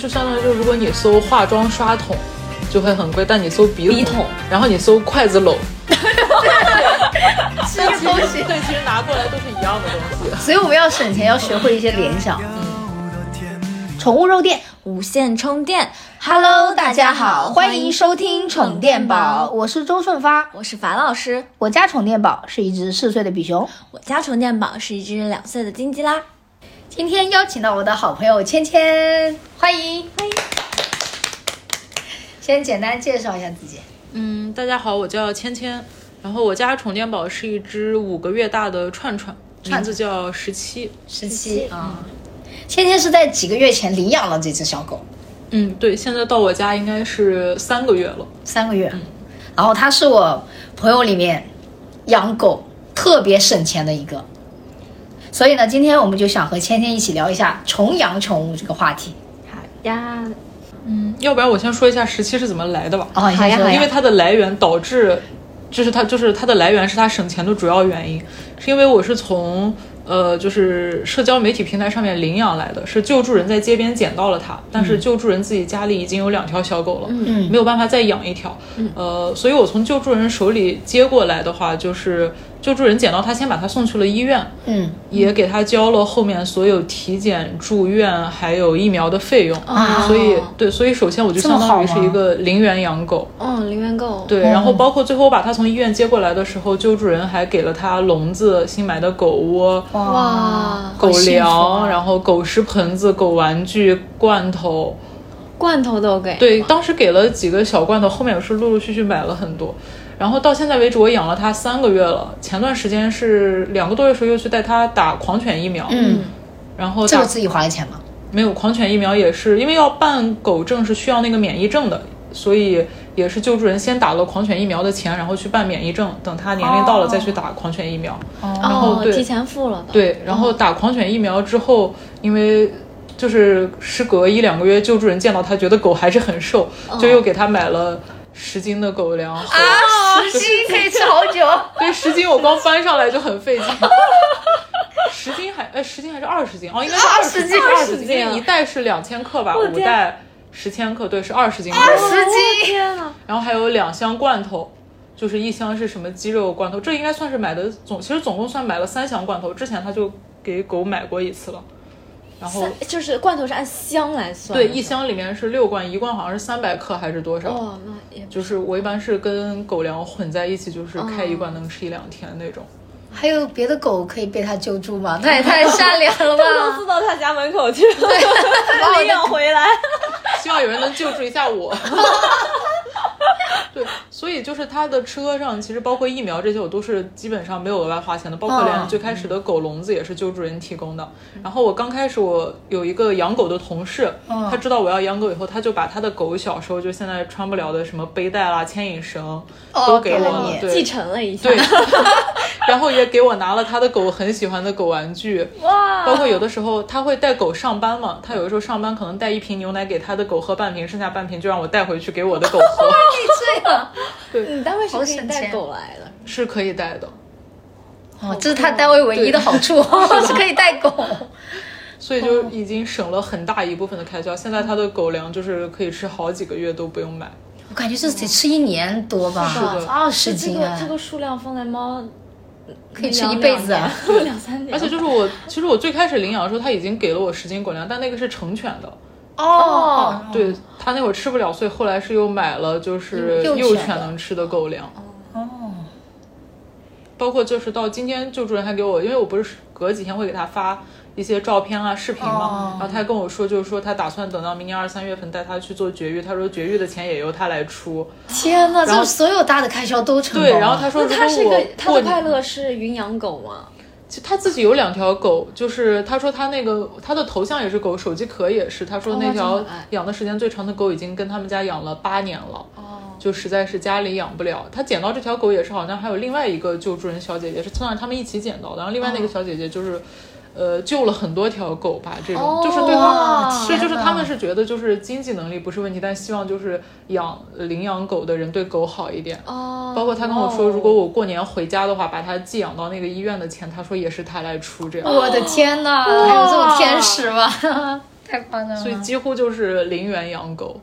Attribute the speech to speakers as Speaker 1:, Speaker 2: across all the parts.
Speaker 1: 就相当于，就如果你搜化妆刷桶，就会很贵，但你搜笔
Speaker 2: 笔筒
Speaker 1: 然后你搜筷子 篓，
Speaker 2: 是一个东西。
Speaker 1: 对，其实拿过来都是一样的东西。
Speaker 2: 所以我们要省钱，要学会一些联想。宠物肉店无线充电，Hello，大家好，欢迎收听宠电宝，我是周顺发。
Speaker 3: 我是樊老师，
Speaker 2: 我家宠电宝是一只四岁的比熊，
Speaker 3: 我家充电宝是一只两岁的金吉拉。
Speaker 2: 今天邀请到我的好朋友芊芊，欢迎欢迎。先简单介绍一下自己，
Speaker 1: 嗯，大家好，我叫芊芊，然后我家宠电宝是一只五个月大的串串，名字叫十七。
Speaker 2: 十七啊。芊芊是在几个月前领养了这只小狗，
Speaker 1: 嗯，对，现在到我家应该是三个月了。
Speaker 2: 三个月。然后他是我朋友里面养狗特别省钱的一个，所以呢，今天我们就想和芊芊一起聊一下重养宠物这个话题。
Speaker 3: 好呀，
Speaker 1: 嗯，要不然我先说一下十七是怎么来的吧。
Speaker 2: 哦，你
Speaker 3: 好呀
Speaker 2: 先说
Speaker 3: 好
Speaker 1: 因
Speaker 3: 呀
Speaker 1: 为它的来源导致，就是它就是它的来源是它省钱的主要原因，是因为我是从呃就是社交媒体平台上面领养来的，是救助人在街边捡到了它，但是救助人自己家里已经有两条小狗了，
Speaker 2: 嗯
Speaker 1: 没有办法再养一条，呃，所以我从救助人手里接过来的话，就是救助人捡到它，先把它送去了医院，
Speaker 2: 嗯
Speaker 1: 也给他交了后面所有体检、住院还有疫苗的费用，
Speaker 3: 哦
Speaker 1: 所以对，所以首先我就
Speaker 2: 啊这么
Speaker 1: 相当于
Speaker 2: 好
Speaker 1: 是
Speaker 2: 吗
Speaker 1: 一个零元养狗，
Speaker 3: 嗯，零元购，
Speaker 1: 对，然后包括最后我把他从医院接过来的时候，救助人还给了他笼子、新买的狗窝、
Speaker 3: 哇，
Speaker 1: 狗
Speaker 2: 幸福啊
Speaker 1: 粮，然后狗食盆子、狗玩具、罐头，
Speaker 3: 罐头都给，
Speaker 1: 对，当时给了几个小罐头，后面也是陆陆续续买了很多。然后到现在为止，我养了它三个月了。前段时间是两个多月时候又去带它打狂犬疫苗，
Speaker 2: 嗯，
Speaker 1: 然后
Speaker 2: 这
Speaker 1: 打
Speaker 2: 个自己花的钱吗？
Speaker 1: 没有狂犬疫苗也是因为要办狗证是需要那个免疫证的，所以也是救助人先打了狂犬疫苗的钱，然后去办免疫证，等他年龄到了再去打狂犬疫苗。嗯然后
Speaker 3: 哦，
Speaker 1: 对
Speaker 3: 提前付了吧？，
Speaker 1: 对，然后打狂犬疫苗之后，因为就是时隔一两个月，救助人见到他觉得狗还是很瘦，就又给他买了十斤的狗粮。和
Speaker 2: 十斤可以吃好久。
Speaker 1: 对，十斤我光搬上来就很费劲。 十斤还呃，十斤还是二十斤？哦，应该是二十
Speaker 3: 20
Speaker 1: 二
Speaker 3: 二
Speaker 1: 十
Speaker 3: 十
Speaker 1: 斤，
Speaker 3: 斤啊
Speaker 1: 因为一袋是两千克吧，
Speaker 3: 我
Speaker 1: 五
Speaker 3: 天
Speaker 1: 袋十千克，对，是二十斤。
Speaker 2: 十斤，
Speaker 3: 天呐，
Speaker 1: 然后还有两箱罐头，就是一箱是什么鸡肉罐头，这应该算是买的总，其实总共算买了三箱罐头。之前他就给狗买过一次了，然后
Speaker 3: 三就是罐头是按箱来算的，
Speaker 1: 对，一箱里面是六罐，一罐好像是三百克还是多少？
Speaker 3: 哦，那也
Speaker 1: 就是我一般是跟狗粮混在一起，就是
Speaker 3: 哦
Speaker 1: 开一罐能吃一两天那种。
Speaker 2: 还有别的狗可以被它救助吗？它也太善良了吧！
Speaker 3: 送到他家门口去了， 把我养回来。
Speaker 1: 希望有人能救助一下我。 对，所以就是它的吃喝上，其实包括疫苗这些，我都是基本上没有额外花钱的，包括
Speaker 2: 哦
Speaker 1: 连最开始的狗笼子也是救助人提供的。然后我刚开始我有一个养狗的同事，
Speaker 2: 嗯
Speaker 1: 他知道我要养狗以后，他就把他的狗小时候就现在穿不了的什么背带啦、牵引绳
Speaker 2: 哦
Speaker 1: 都给
Speaker 2: 给
Speaker 1: 我
Speaker 2: 了
Speaker 1: 了
Speaker 2: 你，
Speaker 1: 对
Speaker 3: 继承了一下，
Speaker 1: 对， 然后也给我拿了他的狗很喜欢的狗玩具，
Speaker 3: 哇
Speaker 1: 包括有的时候他会带狗上班嘛，他有的时候上班可能带一瓶牛奶给他的狗喝半瓶，剩下半瓶就让我带回去给我的狗喝，
Speaker 2: 这样
Speaker 3: 你单位是
Speaker 2: 好
Speaker 3: 可以
Speaker 2: 省
Speaker 3: 带
Speaker 2: 钱
Speaker 3: 狗来的，
Speaker 1: 是可以带的。
Speaker 2: 哦，这是它单位唯一的好处，是可以带狗。
Speaker 1: 所以就已经省了很大一部分的开销。现在他的狗粮就是可以吃好几个月都不用买。
Speaker 2: 我感觉这得吃一年多吧，
Speaker 1: 是的
Speaker 2: 二
Speaker 3: 这
Speaker 2: 十
Speaker 3: 这
Speaker 2: 斤
Speaker 3: 个
Speaker 2: 啊，
Speaker 3: 这个数量放在猫
Speaker 2: 可以吃
Speaker 3: 两
Speaker 2: 一辈子啊！
Speaker 3: 两年两三年，
Speaker 1: 而且就是我，其实我最开始领养的时候，他已经给了我十斤狗粮，但那个是成犬的，
Speaker 2: 哦，
Speaker 1: 对他那会儿吃不了，所以后来是又买了就是
Speaker 2: 幼
Speaker 1: 幼
Speaker 2: 犬
Speaker 1: 犬
Speaker 2: 的
Speaker 1: 能吃的狗粮。
Speaker 2: 哦，
Speaker 1: 包括就是到今天救助人还给我，因为我不是隔几天会给他发一些照片啊、视频嘛，
Speaker 2: 哦
Speaker 1: 然后他还跟我说，就是说他打算等到明年二三月份带他去做绝育，他说绝育的钱也由他来出。
Speaker 2: 天哪，
Speaker 1: 然后
Speaker 2: 这所有大的开销都承包
Speaker 1: 对，
Speaker 2: 了。
Speaker 1: 然后他说
Speaker 3: 啊那
Speaker 1: 如
Speaker 3: 他是一
Speaker 1: 果
Speaker 3: 个
Speaker 1: 我
Speaker 3: 他
Speaker 1: 过
Speaker 3: 的
Speaker 1: 年
Speaker 3: 快乐是云养狗吗？
Speaker 1: 其实他自己有两条狗，就是他说他那个他的头像也是狗，手机壳也是。
Speaker 3: 哦
Speaker 1: 他说那条
Speaker 3: 真可爱
Speaker 1: 养的时间最长的狗已经跟他们家养了八年了，
Speaker 3: 哦，
Speaker 1: 就实在是家里养不了。他捡到这条狗也是，好像还有另外一个救助人小姐姐是算是他们一起捡到的，然后另外
Speaker 2: 嗯
Speaker 1: 那个小姐姐就是。呃，救了很多条狗吧，这种、
Speaker 3: 哦
Speaker 1: 就是对他，
Speaker 2: 哇
Speaker 1: 所以就是
Speaker 2: 天哪
Speaker 1: 他们是觉得就是经济能力不是问题，但希望就是养领养狗的人对狗好一点。
Speaker 3: 哦，
Speaker 1: 包括他跟我说，
Speaker 3: 哦
Speaker 1: 如果我过年回家的话，把他寄养到那个
Speaker 2: 哦
Speaker 1: 医院的钱，他说也是他来出这样。
Speaker 2: 我的天哪，还有这种天使吗？ 太夸张了。
Speaker 1: 所以几乎就是零元养 狗。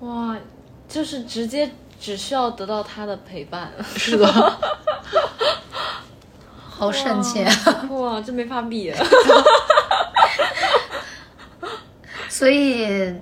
Speaker 3: 哇，就是直接只需要得到他的陪伴，
Speaker 1: 是的，
Speaker 2: 好省钱。
Speaker 1: 啊
Speaker 3: 哇，这没法比。
Speaker 2: 所以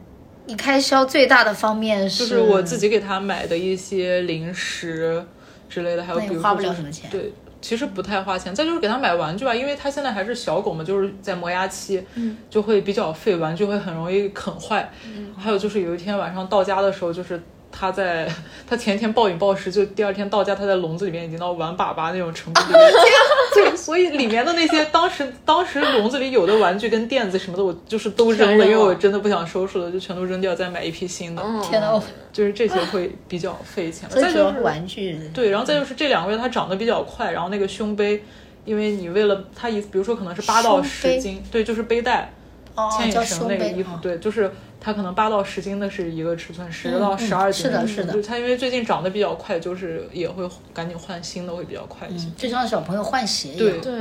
Speaker 2: 你开销最大的方面是，
Speaker 1: 就是我自己给他买的一些零食之类的，还有
Speaker 2: 那也
Speaker 1: 比如说
Speaker 2: 花不了
Speaker 1: 就是
Speaker 2: 什么钱
Speaker 1: 对，其实不太花钱。再就是给他买玩具吧，因为他现在还是小狗嘛，就是在磨牙期，
Speaker 2: 嗯
Speaker 1: 就会比较费玩具，会很容易啃坏。还有就是有一天晚上到家的时候，就是。他在 他前一天暴饮暴食，就第二天到家，他在笼子里面已经到玩粑粑那种程度 里面
Speaker 2: 啊
Speaker 1: 就所以里面的那些当时 当时笼子里有的玩具跟垫子什么的，我就是都
Speaker 3: 全
Speaker 1: 扔了，因为
Speaker 3: 扔了
Speaker 1: 我真的不想收拾了，就全都扔掉，再买一批新的。
Speaker 2: 天
Speaker 1: 啊
Speaker 2: 呐，我
Speaker 1: 就是这些会比较费钱。
Speaker 2: 所以
Speaker 1: 再
Speaker 2: 主要
Speaker 1: 就是是
Speaker 2: 玩具，
Speaker 1: 对，然后再就是这两个月它长得比较快，然后那个胸背，因为你为了它一，比如说可能是八到
Speaker 2: 胸
Speaker 1: 十
Speaker 2: 背
Speaker 1: 斤，对，就是背带
Speaker 2: 哦
Speaker 1: 牵，引
Speaker 2: 叫
Speaker 1: 绳
Speaker 2: 胸
Speaker 1: 那个
Speaker 2: 背
Speaker 1: 衣
Speaker 3: 啊
Speaker 1: 服，
Speaker 2: 哦
Speaker 1: 对，就是它可能八到十斤的是一个尺寸，十到十二
Speaker 2: 嗯
Speaker 1: 斤
Speaker 2: 是的
Speaker 1: 一个
Speaker 2: 是的
Speaker 1: 就它因为最近长得比较快，就是也会赶紧换新的会比较快一些。
Speaker 2: 嗯就像小朋友换鞋一
Speaker 1: 对
Speaker 2: 样。
Speaker 3: 对，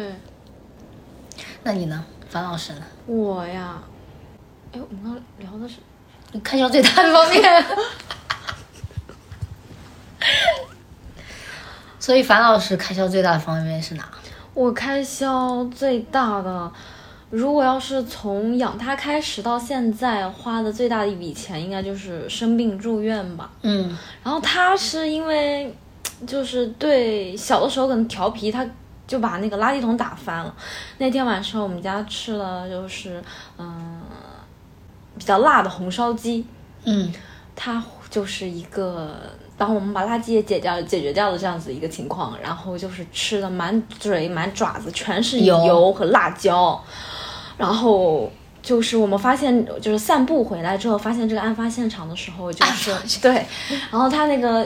Speaker 2: 那你呢，樊老师呢？
Speaker 3: 我呀，哎，我们刚聊的是
Speaker 2: 你开销最大的方面。 所以樊老师开销最大的方面是哪？
Speaker 3: 我开销最大的，如果要是从养它开始到现在花的最大的一笔钱，应该就是生病住院吧。
Speaker 2: 嗯，
Speaker 3: 然后它是因为，就是对小的时候可能调皮，它就把那个垃圾桶打翻了。那天晚上我们家吃了就是嗯、比较辣的红烧鸡，
Speaker 2: 嗯，
Speaker 3: 它就是一个，当我们把垃圾也解掉、解决掉了这样子一个情况，然后就是吃的满嘴、满爪子全是
Speaker 2: 油
Speaker 3: 油和辣椒，然后就是我们发现，就是散步回来之后，发现这个案发现场的时候，就是对，然后它那个。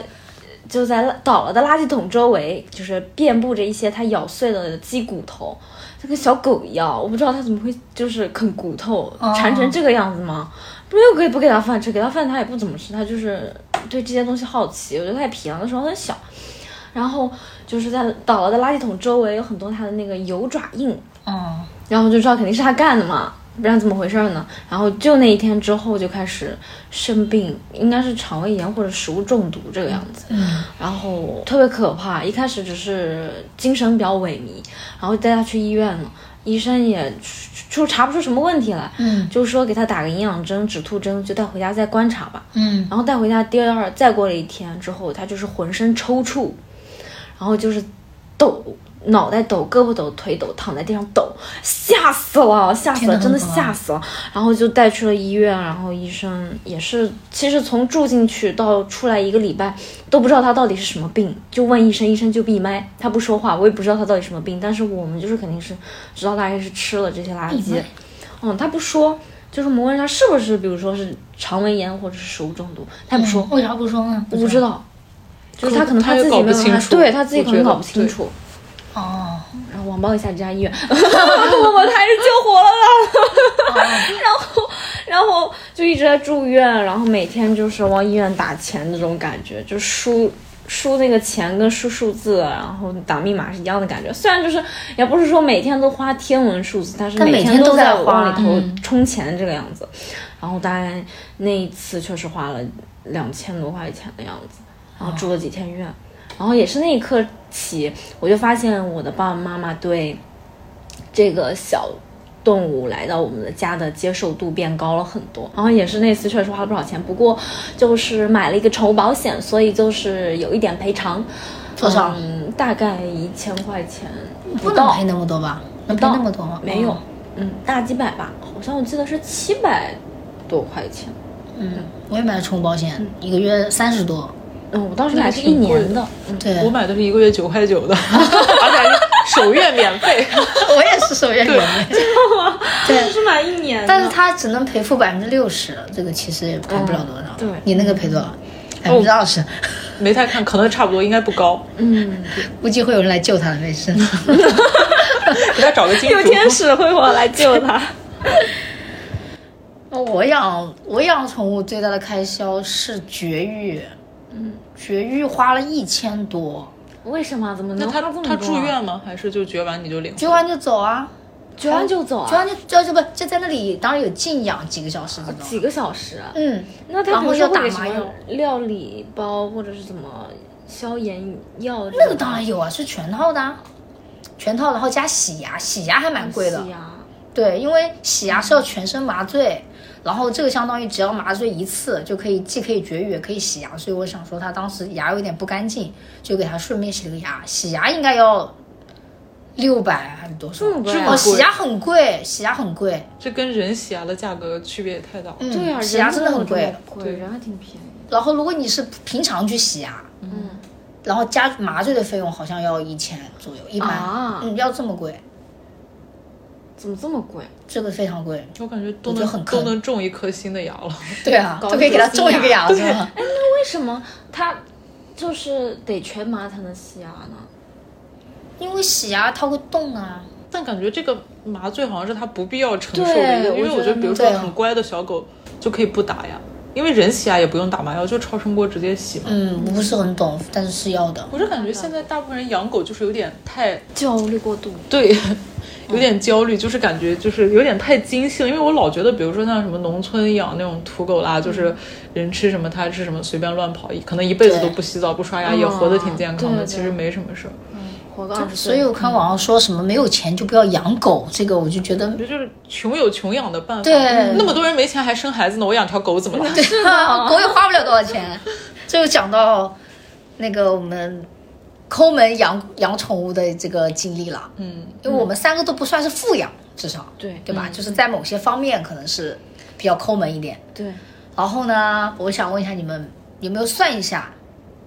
Speaker 3: 就在垃倒了的垃圾桶周围，就是遍布着一些它咬碎了的鸡骨头，它跟小狗一样，我不知道它怎么会就是啃骨头，馋成这个样子吗？不又给不给他饭吃，给他饭他也不怎么吃，他就是对这些东西好奇。我觉得他也皮了，那时候很小。然后就是在倒了的垃圾桶周围有很多他的那个油爪印，
Speaker 2: 哦，
Speaker 3: 然后我就知道肯定是他干的嘛，不然怎么回事呢？然后就那一天之后就开始生病，应该是肠胃炎或者食物中毒这个样子，
Speaker 2: 嗯，
Speaker 3: 然后特别可怕。一开始只是精神比较萎靡，然后带他去医院了，医生也就查不出什么问题来，
Speaker 2: 嗯，
Speaker 3: 就是说给他打个营养针、止吐针，就带回家再观察吧。
Speaker 2: 嗯，
Speaker 3: 然后带回家第二，再过了一天之后，他就是浑身抽搐，然后就是抖，脑袋抖，胳膊抖，腿抖，躺在地上抖，吓死了，吓死了，
Speaker 2: 天哪
Speaker 3: 真的
Speaker 2: 很可怕
Speaker 3: 吓死了。然后就带去了医院，然后医生也是，其实从住进去到出来一个礼拜都不知道他到底是什么病，就问医生，医生就闭麦，他不说话，我也不知道他到底什么病，但是我们就是肯定是知道大概是吃了这些垃圾，嗯，他不说。就是我们问他是不是，比如说是肠胃炎或者是食物中毒，他也不说，
Speaker 2: 为啥嗯不说呢？
Speaker 3: 我不知。道，就是
Speaker 1: 可
Speaker 3: 他可能
Speaker 1: 他
Speaker 3: 自
Speaker 1: 也
Speaker 3: 己
Speaker 1: 搞
Speaker 3: 没
Speaker 1: 不
Speaker 3: 有办法
Speaker 1: 清楚
Speaker 3: 对他自己可能
Speaker 1: 我觉得
Speaker 3: 搞不清
Speaker 1: 对
Speaker 3: 楚。
Speaker 2: 哦，
Speaker 3: 然后网暴一下这家医院， 我们还是救活了
Speaker 2: 哦
Speaker 3: 他。然后，然后就一直在住院，然后每天就是往医院打钱那种感觉，就输输那个钱跟输数字，然后打密码是一样的感觉。虽然就是也不是说每天都花天文数字，但是
Speaker 2: 但每天
Speaker 3: 天
Speaker 2: 都在
Speaker 3: 在
Speaker 2: 花嗯
Speaker 3: 往里头充钱这个样子。然后大概那一次确实花了两千多块钱的样子，然后住了几天院。然后也是那一刻起，我就发现我的爸爸妈妈对这个小动物来到我们的家的接受度变高了很多。然后也是那次确实花了不少钱，不过就是买了一个宠物保险，所以就是有一点赔偿，
Speaker 2: 多少
Speaker 3: 嗯，大概一千块钱
Speaker 2: 不能
Speaker 3: 到，
Speaker 2: 赔那么多吧？能赔那么多吗？
Speaker 3: 没有
Speaker 2: 哦，
Speaker 3: 嗯，大几百吧，好像我记得是七百多块钱。
Speaker 2: 嗯，我也买了宠物保险，
Speaker 3: 嗯
Speaker 2: 一个月三十多。
Speaker 3: 嗯，我当时买
Speaker 1: 还
Speaker 3: 的是一
Speaker 1: 挺贵
Speaker 3: 年的，嗯，
Speaker 2: 对，
Speaker 1: 我买的是一个月九块 九的，而且还是首月免费。
Speaker 2: 我也 是受院员。
Speaker 3: 啊对，是买一年的，
Speaker 2: 但是它只能赔付百分之六十，这个其实也赔不了多少。
Speaker 3: 嗯对哦
Speaker 2: 你那个赔多少？百分之二十，
Speaker 1: 没太看，可能差不多，应该不高。
Speaker 3: 嗯，
Speaker 2: 估计会有人来救他的没事。
Speaker 1: 给他找个金
Speaker 3: 有
Speaker 1: 主。
Speaker 3: 天使会我来救他。
Speaker 2: 我养我养宠物最大的开销是绝育，嗯，绝育花了一千多，
Speaker 3: 为什么？怎么
Speaker 1: 那
Speaker 3: 能花
Speaker 1: 他
Speaker 3: 这么多啊？
Speaker 1: 他住院吗？还是就绝完你就领？
Speaker 2: 绝完就走啊，
Speaker 3: 掘完就走
Speaker 2: 主要
Speaker 3: 啊，
Speaker 2: 就就这不就在那里，当然有静养几个小时这种。
Speaker 3: 几个小时啊。
Speaker 2: 嗯，
Speaker 3: 那他
Speaker 2: 然
Speaker 3: 比如
Speaker 2: 后
Speaker 3: 说
Speaker 2: 要
Speaker 3: 会
Speaker 2: 打
Speaker 3: 给什
Speaker 2: 麻
Speaker 3: 么
Speaker 2: 药，
Speaker 3: 料理包或者是什么消炎药？
Speaker 2: 那个当然有啊，是全套的、啊，全套，然后加洗牙，洗牙还蛮贵的。
Speaker 3: 呀。
Speaker 2: 对，因为洗牙是要全身麻醉，然后这个相当于只要麻醉一次就可以，既可以绝育也可以洗牙，所以我想说他当时牙有点不干净，就给他顺便洗了个牙。洗牙应该要六百还是多少？
Speaker 3: 这么贵啊
Speaker 1: 这么
Speaker 2: 哦，
Speaker 1: 贵
Speaker 2: 洗牙很贵，洗牙很贵。
Speaker 1: 这跟人洗牙的价格区别也太大了。
Speaker 2: 嗯，
Speaker 3: 对呀，啊
Speaker 2: 洗牙
Speaker 3: 人
Speaker 2: 真的
Speaker 3: 没有
Speaker 2: 很
Speaker 3: 这么
Speaker 2: 贵。
Speaker 3: 贵
Speaker 1: 对
Speaker 3: 人还挺便宜。
Speaker 2: 然后如果你是平常去洗牙，
Speaker 3: 嗯，
Speaker 2: 然后加麻醉的费用好像要一千左右，一般，
Speaker 3: 啊
Speaker 2: 嗯，要这么贵，
Speaker 3: 怎么这么贵？
Speaker 2: 这个非常贵。
Speaker 1: 我感觉都
Speaker 2: 我觉得
Speaker 1: 能
Speaker 2: 很坑
Speaker 1: 都能种一颗新的牙了。
Speaker 2: 对啊，
Speaker 3: 搞
Speaker 2: 都可以给他
Speaker 3: 得
Speaker 2: 种一个牙，
Speaker 1: 对
Speaker 2: 是吧？
Speaker 3: 为什么他就是得全麻才能洗牙呢？
Speaker 2: 因为洗牙掏个洞啊。
Speaker 1: 但感觉这个麻醉好像是他不必要承受的一个，
Speaker 3: 对
Speaker 1: 因为
Speaker 3: 我
Speaker 1: 我
Speaker 3: 觉
Speaker 1: 觉
Speaker 3: 得
Speaker 1: 得比如
Speaker 2: 对
Speaker 1: 说很乖的小狗就可以不打呀，因为人洗牙也不用打麻药，就超声波直接洗嘛。
Speaker 2: 嗯，不是很懂，但是是要的。
Speaker 1: 我就感觉现在大部分人养狗就是有点太
Speaker 3: 焦虑过度。
Speaker 1: 对，
Speaker 3: 嗯
Speaker 1: 有点焦虑，就是感觉就是有点太精细了，因为我老觉得，比如说像什么农村养那种土狗啦，就是
Speaker 3: 嗯
Speaker 1: 人吃什么它吃什么，随便乱跑，一可能一辈子
Speaker 2: 对
Speaker 1: 都不洗澡不刷牙，
Speaker 3: 嗯
Speaker 1: 也活得挺健康
Speaker 3: 对
Speaker 1: 的，
Speaker 3: 对
Speaker 1: 其实没什么事儿。
Speaker 3: 活个二十
Speaker 2: 所
Speaker 3: 岁，
Speaker 2: 以我看网上说什么没有钱就不要养狗，这个我就觉得
Speaker 1: 我觉得就是穷有穷养的办法，
Speaker 2: 对
Speaker 1: 那么多人没钱还生孩子呢，我养条狗怎么了？
Speaker 2: 狗也花不了多少钱。这就讲到那个我们抠门养养宠物的这个经历了，
Speaker 1: 嗯，
Speaker 2: 因为我们三个都不算是富养，至少
Speaker 3: 对
Speaker 2: 对吧？就是在某些方面可能是比较抠门一点。
Speaker 3: 对，
Speaker 2: 然后呢，我想问一下你们有没有算一下，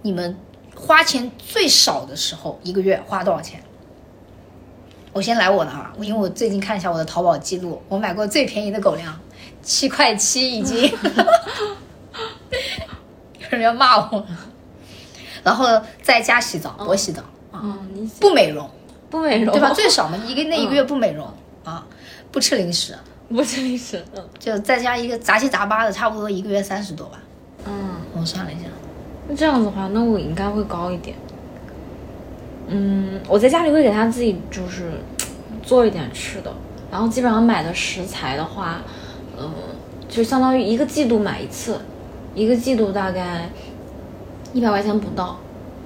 Speaker 2: 你们花钱最少的时候一个月花多少钱？我先来我的啊，因为我最近看一下我的淘宝记录，我买过最便宜的狗粮，七块七一斤， 有人要骂我。然后在家洗澡，我洗澡啊，
Speaker 3: 嗯，你洗
Speaker 2: 不美容，
Speaker 3: 不美容嗯
Speaker 2: 对吧？？最少嘛，一个那一个月不美容啊，不吃零食，
Speaker 3: 不是零食，嗯
Speaker 2: 就在家一个杂七杂八的，差不多一个月三十多吧。
Speaker 3: 嗯，
Speaker 2: 我算了一下，
Speaker 3: 那这样子的话，那我应该会高一点。嗯，我在家里会给他自己就是做一点吃的，然后基本上买的食材的话，嗯，就相当于一个季度买一次，一个季度大概一百块钱不到，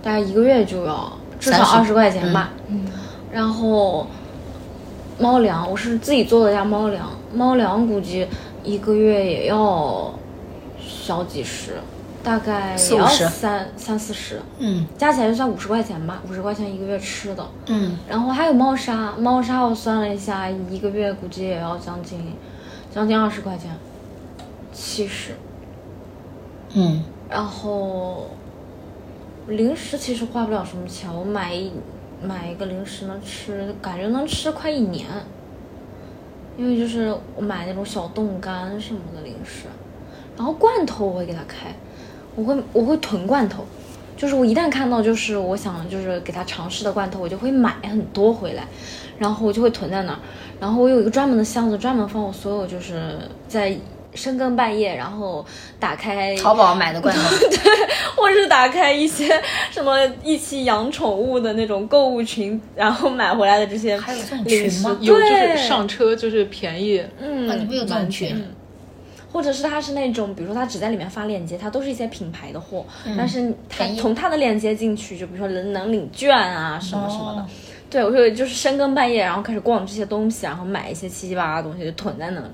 Speaker 3: 大概一个月就要至少
Speaker 2: 30
Speaker 3: 二十块钱吧。
Speaker 1: 嗯，
Speaker 3: 然后猫粮，我是自己做的家猫粮，猫粮估计一个月也要小几十，大概
Speaker 2: 四
Speaker 3: 也
Speaker 2: 五
Speaker 3: 要
Speaker 2: 十
Speaker 3: 三三四十，
Speaker 2: 嗯
Speaker 3: 加起来就算五十块钱吧，五十块钱一个月吃的。
Speaker 2: 嗯，
Speaker 3: 然后还有猫砂，猫砂我算了一下，一个月估计也要将近将近二十块钱，七十。
Speaker 2: 嗯，
Speaker 3: 然后零食其实花不了什么钱，我买一买一个零食能吃，感觉能吃快一年。因为就是我买那种小冻干什么的零食，然后罐头我会给它开，我会我会囤罐头，就是我一旦看到就是我想就是给它尝试的罐头，我就会买很多回来，然后我就会囤在那儿。然后我有一个专门的箱子，专门放我所有就是在深更半夜，然后打开
Speaker 2: 淘宝买的 罐头，
Speaker 3: 或是打开一些什么一起养宠物的那种购物群，然后买回来的这些
Speaker 2: 还有这种
Speaker 3: 零
Speaker 2: 群
Speaker 3: 食
Speaker 2: 吗，
Speaker 1: 有就是
Speaker 3: 对
Speaker 1: 上车就是便宜，
Speaker 2: 啊你们
Speaker 3: 嗯，
Speaker 2: 有这种群？
Speaker 3: 或者是它是那种，比如说它只在里面发链接，它都是一些品牌的货，但是它
Speaker 2: 嗯便宜
Speaker 3: 从它的链接进去，就比如说能能领券啊什么什么的。
Speaker 2: 哦
Speaker 3: 对，我会就是深更半夜，然后开始逛这些东西，然后买一些七七八八的东西就囤在那里。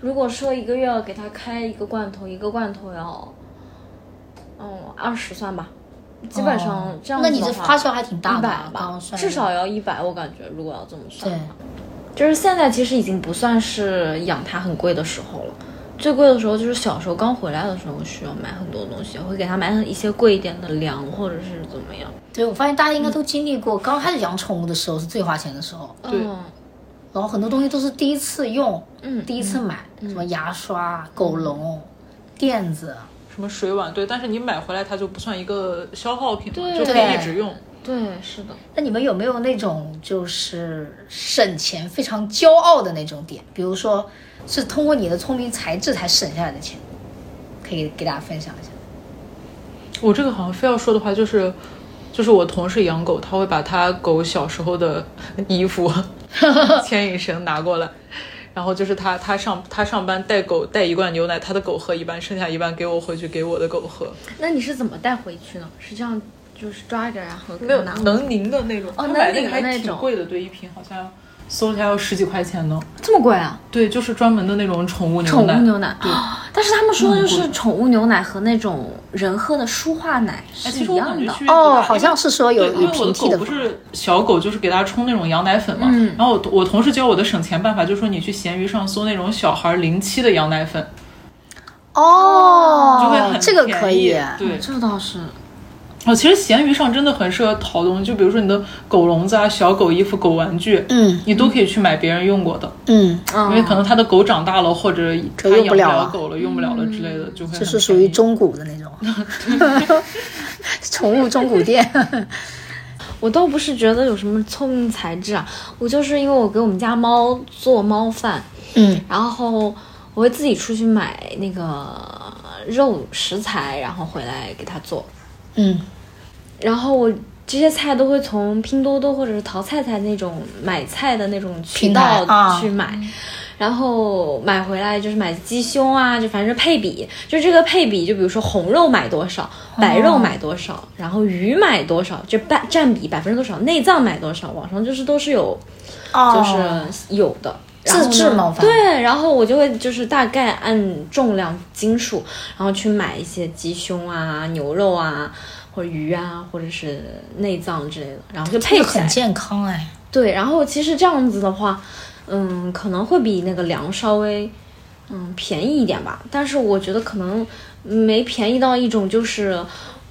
Speaker 3: 如果说一个月要给它开一个罐头，一个罐头要，嗯，二十算吧，基本上这样
Speaker 2: 哦那
Speaker 3: 子
Speaker 2: 你这
Speaker 3: 的
Speaker 2: 花
Speaker 3: 话，
Speaker 2: 销还挺大
Speaker 3: 一
Speaker 2: 的，
Speaker 3: 百
Speaker 2: 刚
Speaker 3: 吧
Speaker 2: 刚，算
Speaker 3: 至少要一百，我感觉如果要这么算
Speaker 2: 对
Speaker 3: 的话，就是现在其实已经不算是养它很贵的时候了。最贵的时候就是小时候刚回来的时候，需要买很多东西，会给它买一些贵一点的粮或者是怎么样。
Speaker 2: 对，我发现大家应该都经历过，刚开始养宠物的时候是最花钱的时候，
Speaker 1: 对
Speaker 3: 嗯
Speaker 2: 然后很多东西都是第一次用，
Speaker 3: 嗯
Speaker 2: 第一次买，什么牙刷、狗笼、垫子，
Speaker 1: 什么水碗，对，但是你买回来它就不算一个消耗品嘛，
Speaker 3: 对
Speaker 1: 就可以一直用。
Speaker 3: 对，是的。
Speaker 2: 那你们有没有那种就是省钱非常骄傲的那种点？比如说是通过你的聪明才智才省下来的钱，可以给大家分享一下。
Speaker 1: 我这个好像非要说的话 就是。就是我同事养狗，他会把他狗小时候的衣服牵引绳拿过来。然后就是他，他上他上班带狗带一罐牛奶，他的狗喝一半，剩下一半给我回去给我的狗喝。
Speaker 3: 那你是怎么带回去呢？是这样，就是抓着然后
Speaker 1: 没有
Speaker 3: 拿回去
Speaker 1: 能凝的那种，
Speaker 3: 哦
Speaker 1: 他买那
Speaker 3: 能凝
Speaker 1: 个
Speaker 3: 的
Speaker 1: 还
Speaker 3: 那
Speaker 1: 挺
Speaker 3: 种
Speaker 1: 贵的，对，一瓶好像搜一下要十几块钱呢。
Speaker 3: 这么贵啊？
Speaker 1: 对，就是专门的那种宠物
Speaker 3: 宠
Speaker 1: 牛奶。
Speaker 3: 物牛奶
Speaker 1: 对，
Speaker 3: 但是他们说的就是宠物牛奶和那种人喝的舒化奶
Speaker 1: 哎，
Speaker 3: 是
Speaker 1: 其实我
Speaker 3: 一
Speaker 1: 感
Speaker 3: 样
Speaker 1: 觉
Speaker 3: 的
Speaker 1: 区。别不大
Speaker 2: 哦，好像是说有
Speaker 1: 对，因
Speaker 2: 有
Speaker 1: 为我
Speaker 2: 平
Speaker 1: 的
Speaker 2: 替
Speaker 1: 狗
Speaker 2: 的
Speaker 1: 不是小狗，就是给它冲那种羊奶粉嘛。
Speaker 3: 嗯
Speaker 1: 然后我我同事教我的省钱办法，就是说你去闲鱼上搜那种小孩零七的羊奶粉，就会
Speaker 2: 哦
Speaker 1: 很，
Speaker 2: 这个
Speaker 1: 便
Speaker 2: 可
Speaker 1: 宜
Speaker 2: 以。
Speaker 1: 对，
Speaker 3: 这倒是，
Speaker 1: 哦，其实闲鱼上真的很适合淘东西，就比如说你的狗笼子啊、小狗衣服、狗玩具，
Speaker 2: 嗯
Speaker 1: 你都可以去买别人用过的，
Speaker 2: 嗯，
Speaker 3: 嗯，
Speaker 1: 因为可能他的狗长大了，或者他
Speaker 2: 就用
Speaker 1: 养
Speaker 2: 不了
Speaker 1: 了
Speaker 2: 了
Speaker 1: 狗了、用不了了之类的，就会很
Speaker 2: 就是属于
Speaker 1: 便宜
Speaker 2: 中古的那种， 宠物中古店。
Speaker 3: 我倒不是觉得有什么聪明才智啊，我就是因为我给我们家猫做猫饭，
Speaker 2: 嗯
Speaker 3: 然后我会自己出去买那个肉食材，然后回来给它做。
Speaker 2: 嗯
Speaker 3: 然后我这些菜都会从拼多多或者是淘菜菜那种买菜的那种渠
Speaker 2: 平台
Speaker 3: 道
Speaker 2: 啊
Speaker 3: 去买，然后买回来就是买鸡胸啊，就反正配比，就这个配比，就比如说红肉买多少，白
Speaker 2: 哦
Speaker 3: 肉买多少，然后鱼买多少，就占占比百分之多少，内脏买多少，网上就是都是有，
Speaker 2: 哦
Speaker 3: 就是有的。然后呢
Speaker 2: 自制猫饭
Speaker 3: 对，然后我就会就是大概按重量斤数，然后去买一些鸡胸啊、牛肉啊，或者鱼啊，或者是内脏之类的，然后就
Speaker 2: 这
Speaker 3: 配
Speaker 2: 个
Speaker 3: 起来
Speaker 2: 很。健康哎。
Speaker 3: 对，然后其实这样子的话，嗯，可能会比那个粮稍微嗯便宜一点吧，但是我觉得可能没便宜到一种就是。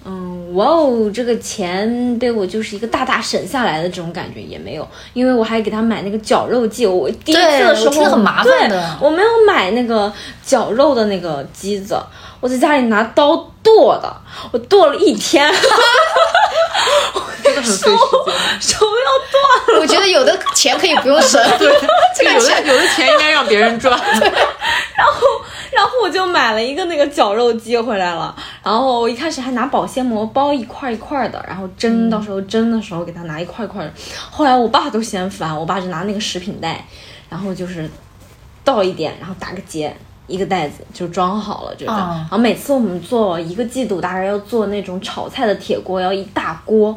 Speaker 3: 嗯，哇哦，这个钱被我就是一个大大省下来的这种感觉也没有，因为我还给他买那个绞肉剂，我第一次
Speaker 2: 对
Speaker 3: 的时
Speaker 2: 我
Speaker 3: 候
Speaker 2: 听得很麻烦的
Speaker 3: 对我没有买那个绞肉的那个机子，我在家里拿刀剁的，我剁了一天，
Speaker 1: 真的很费时间。
Speaker 3: 手要剁
Speaker 2: 我觉得有的钱可以不用 省， 这
Speaker 1: 就
Speaker 2: 个
Speaker 1: 有的
Speaker 2: 钱
Speaker 1: 有的钱应该让别人赚。
Speaker 3: 然后，然后我就买了一个那个绞肉机回来了。然后我一开始还拿保鲜膜包一块一块的，然后蒸，到时候蒸的时候给它拿一块一块的。后来我爸都嫌烦，我爸就拿那个食品袋，然后就是倒一点，然后打个结，一个袋子就装好了，就这样。
Speaker 2: 哦
Speaker 3: 然后每次我们做一个季度，大概要做那种炒菜的铁锅，要一大锅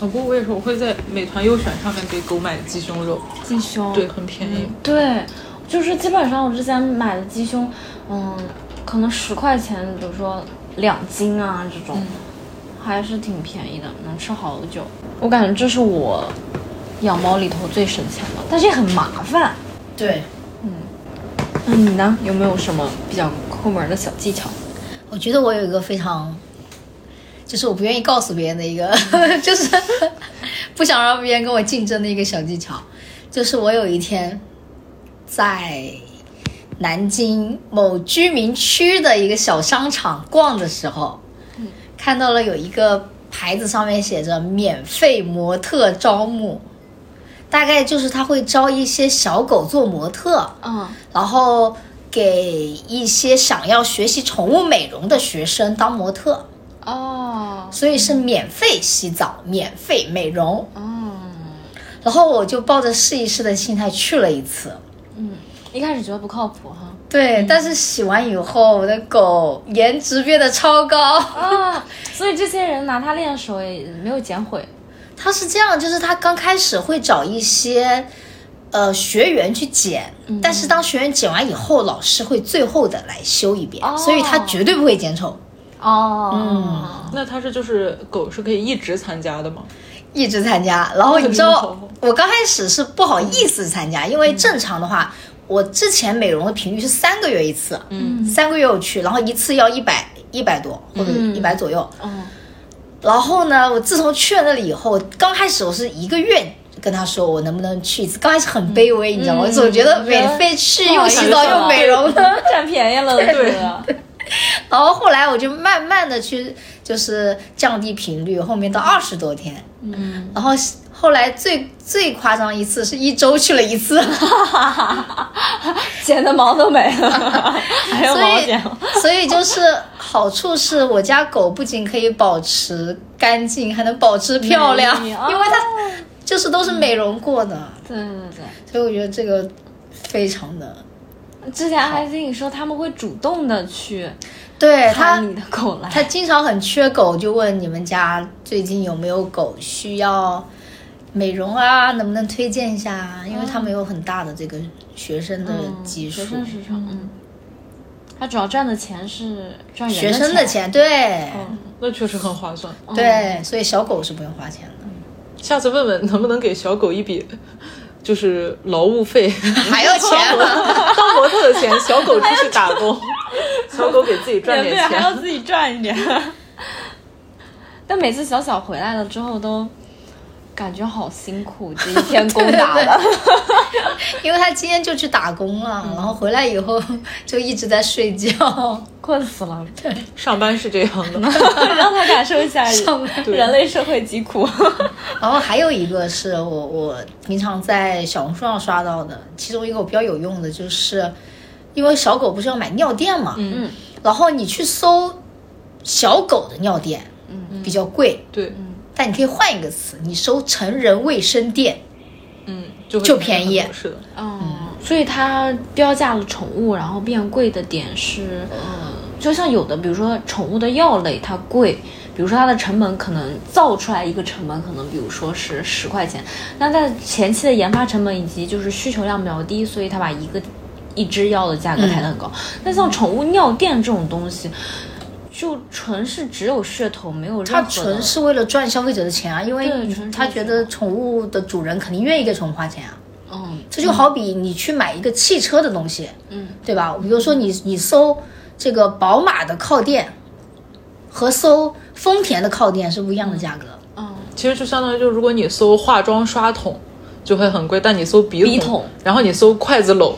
Speaker 1: 哦不过我也是，我会在美团优选上面给狗买鸡胸肉，
Speaker 3: 鸡胸
Speaker 1: 对，很便宜。
Speaker 3: 对，就是基本上我之前买的鸡胸，嗯，可能十块钱，比如说两斤啊这种，还是挺便宜的，能吃好久。我感觉这是我养猫里头最省钱的，但是也很麻烦。
Speaker 2: 对。
Speaker 3: 那嗯你呢？有没有什么比较抠门的小技巧？
Speaker 2: 我觉得我有一个非常，就是我不愿意告诉别人的一个， 就是不想让别人跟我竞争的一个小技巧，就是我有一天在南京某居民区的一个小商场逛的时候，看到了有一个牌子上面写着“免费模特招募”，大概就是他会招一些小狗做模特。
Speaker 3: 嗯，
Speaker 2: 然后给一些想要学习宠物美容的学生当模特，
Speaker 3: 哦，
Speaker 2: 所以是免费洗澡、免费美容。
Speaker 3: 哦，
Speaker 2: 然后我就抱着试一试的心态去了一次。嗯
Speaker 3: 嗯，一开始觉得不靠谱哈。
Speaker 2: 对，但是洗完以后，我的狗颜值变得超高。
Speaker 3: 啊，所以这些人拿它练手也没有减毁。
Speaker 2: 它是这样，就是它刚开始会找一些呃学员去剪，但是当学员剪完以后，老师会最后的来修一遍，
Speaker 3: 哦
Speaker 2: 所以它绝对不会剪丑，
Speaker 3: 哦，
Speaker 1: 那它是就是狗是可以一直参加的吗？
Speaker 2: 一直参加。然后你知
Speaker 1: 那
Speaker 2: 道
Speaker 1: 很好，
Speaker 2: 我刚开始是不好意思参加，因为正常的话，我之前美容的频率是三个月一次，
Speaker 1: 嗯
Speaker 2: 三个月我去，然后一次要一百一百多或者
Speaker 3: 嗯
Speaker 2: 一百左右。
Speaker 3: 嗯
Speaker 2: 然后呢，我自从去了那里以后，刚开始我是一个月跟他说我能不能去一次，刚开始很卑微，你知道吗？我总觉得免费去又洗澡又 美容的。
Speaker 3: 占便宜了，对，啊
Speaker 2: 然后后来我就慢慢的去就是降低频率，后面到二十多天，
Speaker 3: 嗯，
Speaker 2: 然后后来最最夸张一次是一周去了 一次，
Speaker 3: 剪的毛都没了，还有
Speaker 2: 所
Speaker 3: 毛
Speaker 2: 以
Speaker 3: 剪了。
Speaker 2: 所以就是好处是我家狗不仅可以保持干净，还能保持漂亮，
Speaker 3: 美丽哦
Speaker 2: 因为它。就是都是美容过的，
Speaker 3: 对对对，
Speaker 2: 所以我觉得这个非常的，
Speaker 3: 嗯之前还听你说他们会主动的去
Speaker 2: 对他
Speaker 3: 喊你的狗来，嗯
Speaker 2: 他经常很缺狗，就问你们家最近有没有狗需要美容啊，能不能推荐一下啊？因为他们有很大的这个学生的
Speaker 3: 嗯
Speaker 2: 基数
Speaker 3: 学，生市场，嗯，他主要赚的钱是赚人
Speaker 2: 学生的
Speaker 3: 钱，
Speaker 2: 钱，对、
Speaker 3: 哦
Speaker 1: 那确实很划算。
Speaker 2: 对，所以小狗是不用花钱 的，
Speaker 1: 下次问问能不能给小狗一笔，就是劳务费，
Speaker 2: 还要钱啊 吗？
Speaker 1: 当模特的钱，小狗出去打工，小狗给自己赚 点
Speaker 3: 还要
Speaker 1: 钱。
Speaker 3: 自己赚一 点。 但每次小小回来了之后都感觉好辛苦，这一天攻打的。
Speaker 2: 因为他今天就去打工了，
Speaker 3: 嗯
Speaker 2: 然后回来以后就一直在睡觉，
Speaker 3: 困死了，
Speaker 1: 上班是这样的，
Speaker 3: 让他感受一下
Speaker 2: 上班
Speaker 1: 对
Speaker 3: 人类社会疾 苦。
Speaker 2: 然后还有一个是我我平常在小红书上刷到的，其中一个我比较有用的就是，因为小狗不是要买尿垫嘛，
Speaker 1: 嗯，
Speaker 2: 然后你去搜小狗的尿垫，嗯，比较贵，
Speaker 1: 对，
Speaker 2: 但你可以换一个词，你搜成人卫生垫，
Speaker 1: 嗯，就会
Speaker 2: 就便宜
Speaker 1: 是的，
Speaker 2: 哦
Speaker 3: 嗯，所以它标价了宠物，然后变贵的点是，就像有的，比如说宠物的药类，它贵，比如说它的成本可能造出来一个成本，可能比如说是十块钱，那在前期的研发成本以及就是需求量比较低，所以它把一个一支药的价格抬得很高。那、像宠物尿垫这种东西，就纯是只有噱头，没有任何
Speaker 2: 它
Speaker 3: 的
Speaker 2: 纯是为了赚消费者的钱啊，因为
Speaker 3: 对纯是
Speaker 2: 他觉得宠物的主人肯定愿意给宠物花钱啊。
Speaker 3: 嗯
Speaker 2: 这就好比你去买一个汽车的东西，
Speaker 3: 嗯，
Speaker 2: 对吧？比如说你你搜这个宝马的靠垫，和搜丰田的靠垫是不一样的价格。
Speaker 3: 嗯
Speaker 1: 其实就相当于就是如果你搜化妆刷桶就会很贵，但你搜笔
Speaker 3: 笔筒
Speaker 1: 然后你搜筷子篓，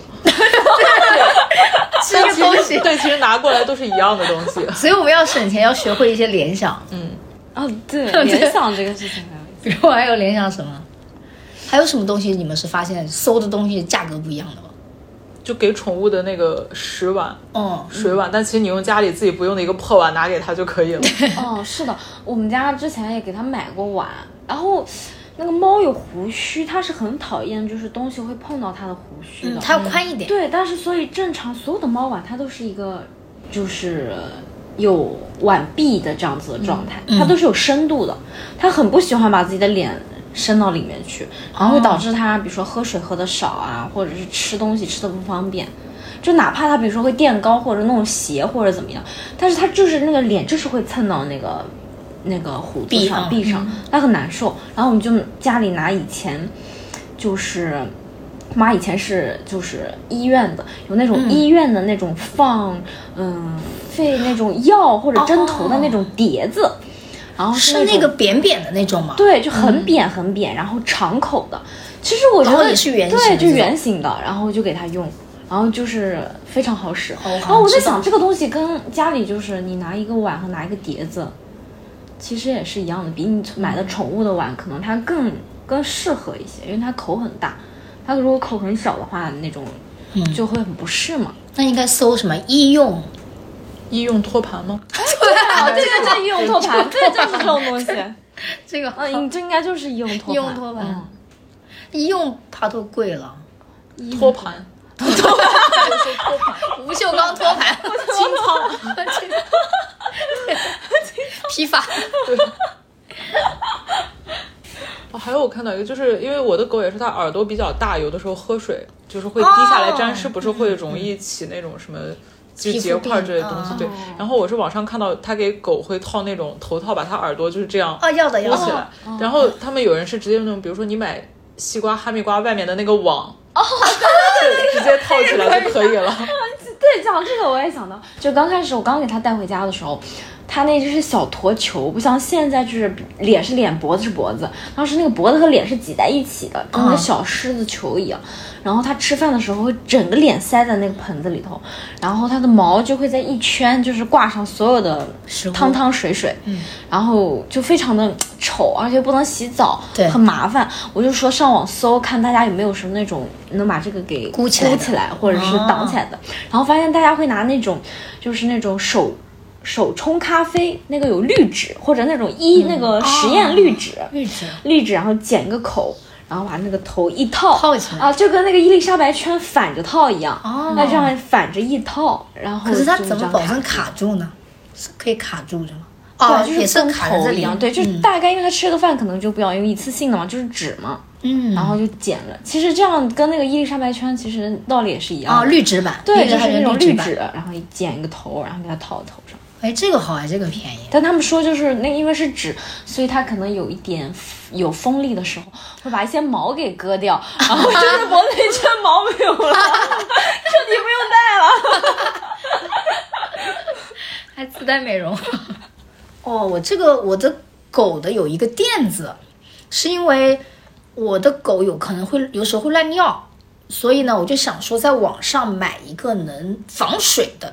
Speaker 2: 这个东西，
Speaker 1: 对，其实拿过来都是一样的东西。
Speaker 2: 所以我们要省钱，要学会一些联 想。
Speaker 3: 啊、 对，联想这个事情很有意思。
Speaker 2: 比如还有联想什么？还有什么东西你们是发现搜的东西价格不一样的吗？
Speaker 1: 就给宠物的那个食碗、
Speaker 2: 嗯，
Speaker 1: 水碗，但其实你用家里自己不用的一个破碗拿给它就可以了。
Speaker 3: 哦，是的，我们家之前也给它买过碗，然后那个猫有胡须，它是很讨厌就是东西会碰到它的胡须的。
Speaker 2: 嗯，它要宽一点。
Speaker 3: 对，但是所以正常所有的猫碗啊它都是一个就是有碗壁的这样子的
Speaker 2: 嗯
Speaker 3: 状态，它都是有深度的，它很不喜欢把自己的脸。伸到里面去，然后会导致它，比如说喝水喝的少啊，或者是吃东西吃的不方便，就哪怕它比如说会垫高或者弄斜或者怎么样，但是它就是那个脸就是会蹭到那个那个弧度
Speaker 2: 壁
Speaker 3: 上
Speaker 2: 上
Speaker 3: 壁上，它很难受。然后我们就家里拿以前就是妈以前是就是医院的，有那种医院的那种放嗯肺那种药或者针头的那种碟子，然后
Speaker 2: 是
Speaker 3: 那
Speaker 2: 那
Speaker 3: 种
Speaker 2: 个扁扁的那种吗？
Speaker 3: 对，就很扁很扁，然后长口的。其实我觉
Speaker 2: 然后
Speaker 3: 得
Speaker 2: 也是圆形
Speaker 3: 对，
Speaker 2: 的
Speaker 3: 就
Speaker 2: 这种
Speaker 3: 圆形的，然后就给它用。然后就是非常好使，
Speaker 2: 我好像
Speaker 3: 然后我在
Speaker 2: 知道
Speaker 3: 想这个东西跟家里就是你拿一个碗和拿一个碟子，其实也是一样的，比你买的宠物的碗可能它更更适合一些，因为它口很大，它如果口很小的话，那种
Speaker 2: 嗯
Speaker 3: 就会很不适嘛。
Speaker 2: 那应该搜什么医 用？
Speaker 1: 医用托盘吗？
Speaker 3: 啊，对对对，医用托盘， 对，就是这种东西。
Speaker 2: 这个
Speaker 3: 嗯，你这应该就是医用托盘。
Speaker 2: 医用托盘
Speaker 3: 嗯
Speaker 2: 医用它都贵了。
Speaker 1: 托盘，
Speaker 2: 不锈钢托盘，清仓，批发，
Speaker 1: 哦，还有我看到一个，就是因为我的狗也是，它耳朵比较大，有的时候喝水就是会滴下来沾湿，不是会容易起那种什么。就
Speaker 2: 皮肤
Speaker 1: 结块
Speaker 2: 病
Speaker 1: 之类的东西，
Speaker 2: 哦
Speaker 1: 对。然后我是网上看到它给狗会套那种头套，把它耳朵就是这样
Speaker 2: 哦，要的要
Speaker 1: 箍起
Speaker 2: 的，
Speaker 1: 来。然后他们有人是直接用那种，比如说你买西瓜、哈密瓜外面的那个网，哦，对，直接套起来就可以了。
Speaker 3: 对，讲这个我也想到，就刚开始我刚给它带回家的时候，它那就是小陀球，不像现在就是脸是脸，脖子是脖子，当时那个脖子和脸是挤在一起的，跟那个
Speaker 2: 嗯
Speaker 3: 小狮子球一样。然后它吃饭的时候会整个脸塞在那个盆子里头，然后它的毛就会在一圈就是挂上所有的
Speaker 2: 食物
Speaker 3: 汤汤水水，然后就非常的丑，而且不能洗澡，
Speaker 2: 对
Speaker 3: 很麻烦。我就说上网搜看大家有没有什么那种能把这个给
Speaker 2: 箍起来的
Speaker 3: 起来或者是挡起来
Speaker 2: 啊
Speaker 3: 的，然后发现大家会拿那种就是那种手。手冲咖啡那
Speaker 2: 嗯啊
Speaker 3: 个有滤纸，或者那种一、那个实验滤纸，
Speaker 2: 绿植，
Speaker 3: 滤纸，然后剪个口，然后把那个头一套
Speaker 2: 套起来
Speaker 3: 啊，就跟那个伊丽莎白圈反着套一样，
Speaker 2: 哦
Speaker 3: 那这样反着一套，然后
Speaker 2: 可是它
Speaker 3: 就
Speaker 2: 怎么
Speaker 3: 这样
Speaker 2: 保证
Speaker 3: 卡
Speaker 2: 卡住呢？是可以卡住的吗？
Speaker 3: 对啊
Speaker 2: 哦，
Speaker 3: 就是
Speaker 2: 也是
Speaker 3: 跟
Speaker 2: 卡在
Speaker 3: 头
Speaker 2: 这
Speaker 3: 一
Speaker 2: 里嗯
Speaker 3: 样，对，就是大概因为他吃的饭可能就不要用一次性的嘛，就是纸嘛，
Speaker 2: 嗯，
Speaker 3: 然后就剪了。其实这样跟那个伊丽莎白圈其实道理也是一样
Speaker 2: 哦，
Speaker 3: 的，
Speaker 2: 绿植版，
Speaker 3: 对，
Speaker 2: 绿
Speaker 3: 就
Speaker 2: 植还
Speaker 3: 是那种
Speaker 2: 绿
Speaker 3: 绿
Speaker 2: 版
Speaker 3: 纸，。然后剪一个头，然后给它套头上。
Speaker 2: 哎，这个好哎，这个便宜。
Speaker 3: 但他们说就是那因为是纸，所以它可能有一点有锋利的时候，会把一些毛给割掉，然后 就是脖子一圈毛没有了， 彻底不用戴了。
Speaker 2: 还自带美容。 哦，我这个我的狗的有一个垫子，是因为我的狗有可能会有时候会乱尿，所以呢，我就想说在网上买一个能防水的，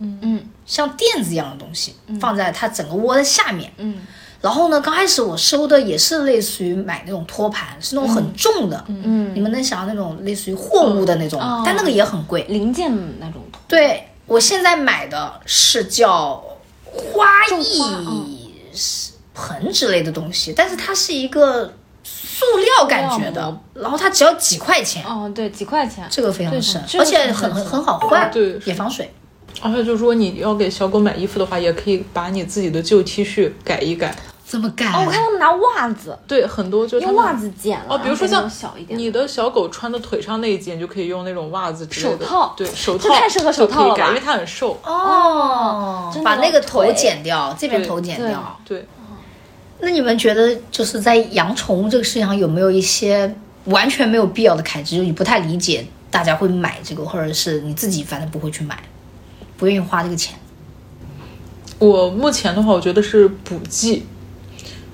Speaker 3: 嗯
Speaker 2: 像垫子一样的东西，放在它整个窝的下面。
Speaker 3: 嗯
Speaker 2: 然后呢，刚开始我收的也是类似于买那种托盘，是那种很重的，你
Speaker 3: 嗯，
Speaker 2: 们能想到那种类似于货物的那种吗，
Speaker 3: 嗯哦
Speaker 2: 但那个也很贵。
Speaker 3: 零件那种头。
Speaker 2: 对我现在买的是叫花
Speaker 3: 种花嗯
Speaker 2: 艺盆之类的东西，但是它是一个塑料感觉
Speaker 3: 塑料
Speaker 2: 的
Speaker 3: 膜，
Speaker 2: 然后它只要几块钱，
Speaker 3: 哦，对，几块钱。
Speaker 2: 这个非常
Speaker 3: 对
Speaker 2: 省，
Speaker 3: 这
Speaker 2: 而
Speaker 3: 个
Speaker 2: 且
Speaker 3: 很省
Speaker 2: 很很
Speaker 3: 哦
Speaker 2: 很好换，
Speaker 1: 对
Speaker 2: 也防水。
Speaker 1: 而且就是说，你要给小狗买衣服的话，也可以把你自己的旧 T 恤改一改。
Speaker 2: 这么干
Speaker 3: 哦，我看他们拿袜子，
Speaker 1: 对，很多就是他
Speaker 3: 用
Speaker 1: 们
Speaker 3: 袜子剪了。
Speaker 1: 哦，比如说
Speaker 3: 然
Speaker 1: 像
Speaker 3: 后啊那种小一点的。
Speaker 1: 你的小狗穿的腿上那一截，你就可以用那种袜子之类的
Speaker 3: 手套
Speaker 1: 对手套
Speaker 3: 这太适合手套
Speaker 1: 就可
Speaker 3: 了
Speaker 1: 以改，
Speaker 3: 吧
Speaker 1: 因为它很瘦。
Speaker 2: 哦
Speaker 3: 真的
Speaker 2: 把那个头
Speaker 3: 腿
Speaker 2: 剪掉，这边
Speaker 1: 对
Speaker 2: 头剪
Speaker 3: 对
Speaker 2: 掉。
Speaker 1: 对，
Speaker 2: 那你们觉得就是在养宠物这个事情上有没有一些完全没有必要的开支？就你不太理解大家会买这个，或者是你自己反正不会去买，不愿意花这个钱。
Speaker 1: 我目前的话，我觉得是补剂，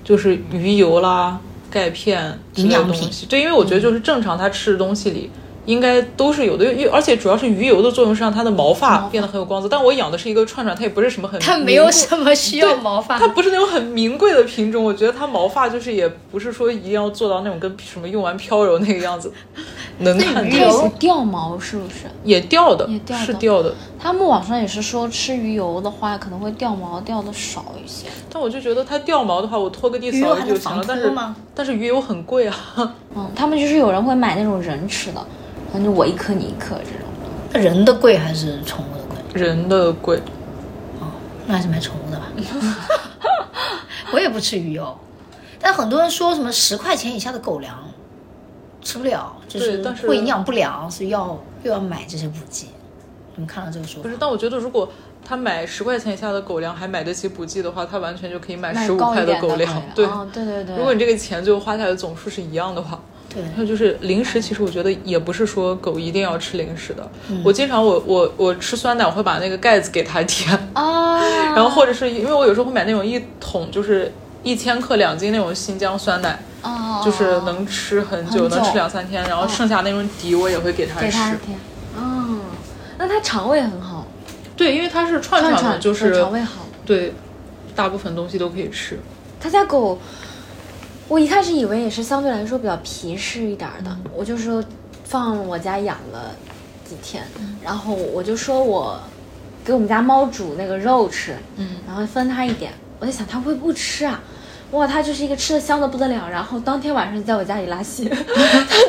Speaker 1: 就是鱼油啦、钙片之类的东
Speaker 2: 营养
Speaker 1: 西。对，因为我觉得就是正常它吃的东西里。应该都是有的，
Speaker 3: 嗯
Speaker 1: 因为而且主要是鱼油的作用是让它的毛发变得很有光泽。但我养的是一个串串，它也不是什
Speaker 3: 呃
Speaker 1: 么很
Speaker 2: 它没
Speaker 1: 名
Speaker 2: 有
Speaker 1: 贵
Speaker 2: 什么需要毛发
Speaker 1: 它。不是那种很名贵的品种，我觉得它毛发就是也不是说一定要做到那种跟什么用完飘柔那个 样子，能看
Speaker 2: 鱼
Speaker 3: 它也
Speaker 1: 到
Speaker 2: 油
Speaker 3: 不掉毛，是不是？
Speaker 1: 也掉的，
Speaker 3: 也掉的
Speaker 1: 是掉的。
Speaker 3: 他们网上也是说，吃鱼油的话可能会掉毛，掉的少一些。
Speaker 1: 但我就觉得它掉毛的话，我拖个地
Speaker 2: 鱼油
Speaker 1: 扫
Speaker 2: 还
Speaker 1: 地
Speaker 2: 能
Speaker 1: 就行了。
Speaker 2: 防
Speaker 1: 但
Speaker 2: 脱
Speaker 1: 是
Speaker 2: 吗
Speaker 1: 但是鱼油很贵啊，
Speaker 3: 嗯，他们就是有人会买那种人吃的，反正就我一颗你一颗这种。
Speaker 2: 人的贵还是宠物的贵？
Speaker 1: 人的贵。
Speaker 2: 那还是买宠物的吧。 我也不吃鱼油，但很多人说什么十块钱以下的狗粮吃不了，就
Speaker 1: 对但是
Speaker 2: 会营养不良，所以要又要买这些补剂。你们看到这个说
Speaker 1: 不
Speaker 2: 法
Speaker 1: 是，？但我觉得如果他买十块钱以下的狗粮还买得起补剂的话，他完全就可以买
Speaker 3: 买
Speaker 1: 十五
Speaker 3: 高一
Speaker 1: 块
Speaker 3: 点的
Speaker 1: 狗
Speaker 3: 狗
Speaker 1: 粮
Speaker 3: 粮。
Speaker 1: 对，
Speaker 3: 哦对对对
Speaker 1: 如果你这个钱就花下来的总数是一样的话，
Speaker 2: 对，
Speaker 1: 还有就是零食，其实我觉得也不是说狗一定要吃零食的。
Speaker 2: 嗯
Speaker 1: 我经常我我我吃酸奶，我会把那个盖子给它舔，
Speaker 3: 啊，
Speaker 1: 然后或者是因为我有时候会买那种一桶就是一千克两斤那种新疆酸奶，
Speaker 3: 哦
Speaker 1: 就是能吃很久，
Speaker 3: 很久
Speaker 1: 能吃两三天，
Speaker 2: 嗯
Speaker 1: 然后剩下那种底我也会给它
Speaker 3: 给
Speaker 1: 吃。
Speaker 3: 它舔。嗯，那它肠胃很好，
Speaker 1: 对，因为它是串
Speaker 3: 串
Speaker 1: 的，
Speaker 3: 肠
Speaker 1: 就
Speaker 3: 对
Speaker 1: 是
Speaker 3: 肠胃好。
Speaker 1: 对，大部分东西都可以吃。
Speaker 3: 他家狗，我一开始以为也是相对来说比较皮实一点儿的，我就说放我家养了几天，然后我就说我给我们家猫煮那个肉吃，
Speaker 1: 嗯，
Speaker 3: 然后分它一点，我在想它会不会不吃啊？哇，它就是一个吃的香的不得了，然后当天晚上就在我家里拉稀，它